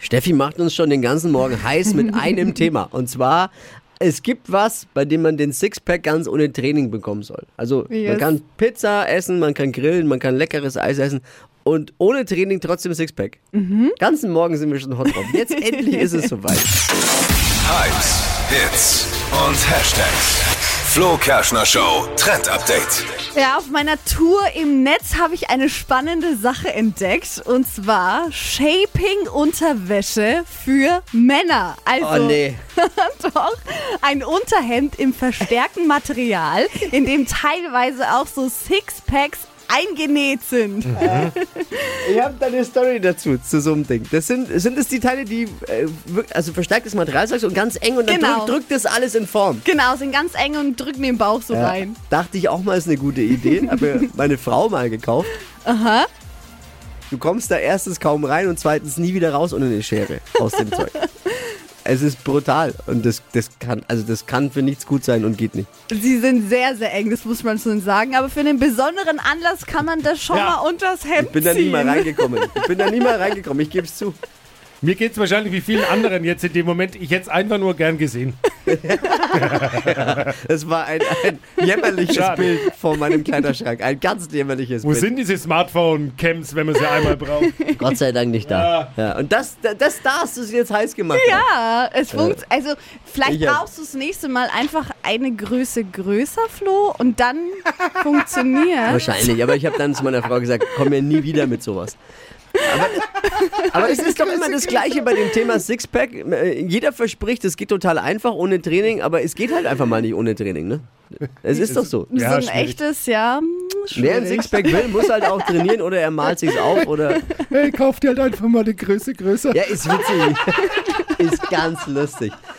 Steffi macht uns schon den ganzen Morgen heiß mit einem Thema. Und zwar, es gibt was, bei dem man den Sixpack ganz ohne Training bekommen soll. Also man Yes. kann Pizza essen, man kann grillen, man kann leckeres Eis essen. Und ohne Training trotzdem Sixpack. Mhm. Ganzen Morgen sind wir schon hot drauf. Jetzt endlich ist es soweit. Hypes, Hits und Hashtags. Flo Kerschner Show Trend Update. Ja, auf meiner Tour im Netz habe ich eine spannende Sache entdeckt und zwar Shaping Unterwäsche für Männer. Also Oh, nee. doch ein Unterhemd im verstärkten Material, in dem teilweise auch so Sixpacks eingenäht sind. Ich habe da eine Story dazu, zu so einem Ding. Das sind, sind es die Teile, die äh, wirk- also verstärktes Material sagst und ganz eng und dann Genau. drückt, drückt das alles in Form. Genau, sind ganz eng und drücken den Bauch so Ja, rein. Äh, Dachte ich auch mal, ist eine gute Idee. Habe mir meine Frau mal gekauft. Aha. Du kommst da erstens kaum rein und zweitens nie wieder raus ohne eine Schere aus dem Zeug. Es ist brutal und das, das kann also das kann für nichts gut sein und geht nicht. Sie sind sehr, sehr eng, das muss man schon sagen. Aber für einen besonderen Anlass kann man das schon Ja. mal unters Hemd Ich bin da nie ziehen. mal reingekommen. Ich bin da nie mal reingekommen. Ich gebe es zu. Mir geht es wahrscheinlich wie vielen anderen jetzt in dem Moment. Ich hätte es einfach nur gern gesehen. Es war ein, ein jämmerliches Schade. Bild vor meinem Kleiderschrank. Ein ganz jämmerliches Wo Bild. sind diese Smartphone-Cams, wenn man sie einmal braucht? Gott sei Dank nicht da. Ja. und das, das, da hast du es jetzt heiß gemacht. Ja, es funktioniert. Also vielleicht ich hab- brauchst du das nächste Mal einfach eine Größe größer, Flo, und dann funktioniert. Wahrscheinlich, aber ich habe dann zu meiner Frau gesagt, komm mir nie wieder mit sowas. Aber, aber es ist doch immer das Gleiche bei dem Thema Sixpack. Äh, Jeder verspricht, es geht total einfach ohne Training, aber es geht halt einfach mal nicht ohne Training, ne? Es ist doch so. Ja, so ein schwierig. echtes, ja. hm, Wer ein schwierig. Sixpack will, muss halt auch trainieren oder er malt sich's auf oder. Hey, kauf dir halt einfach mal eine Größe größer. Ja, ist witzig. Ist ganz lustig.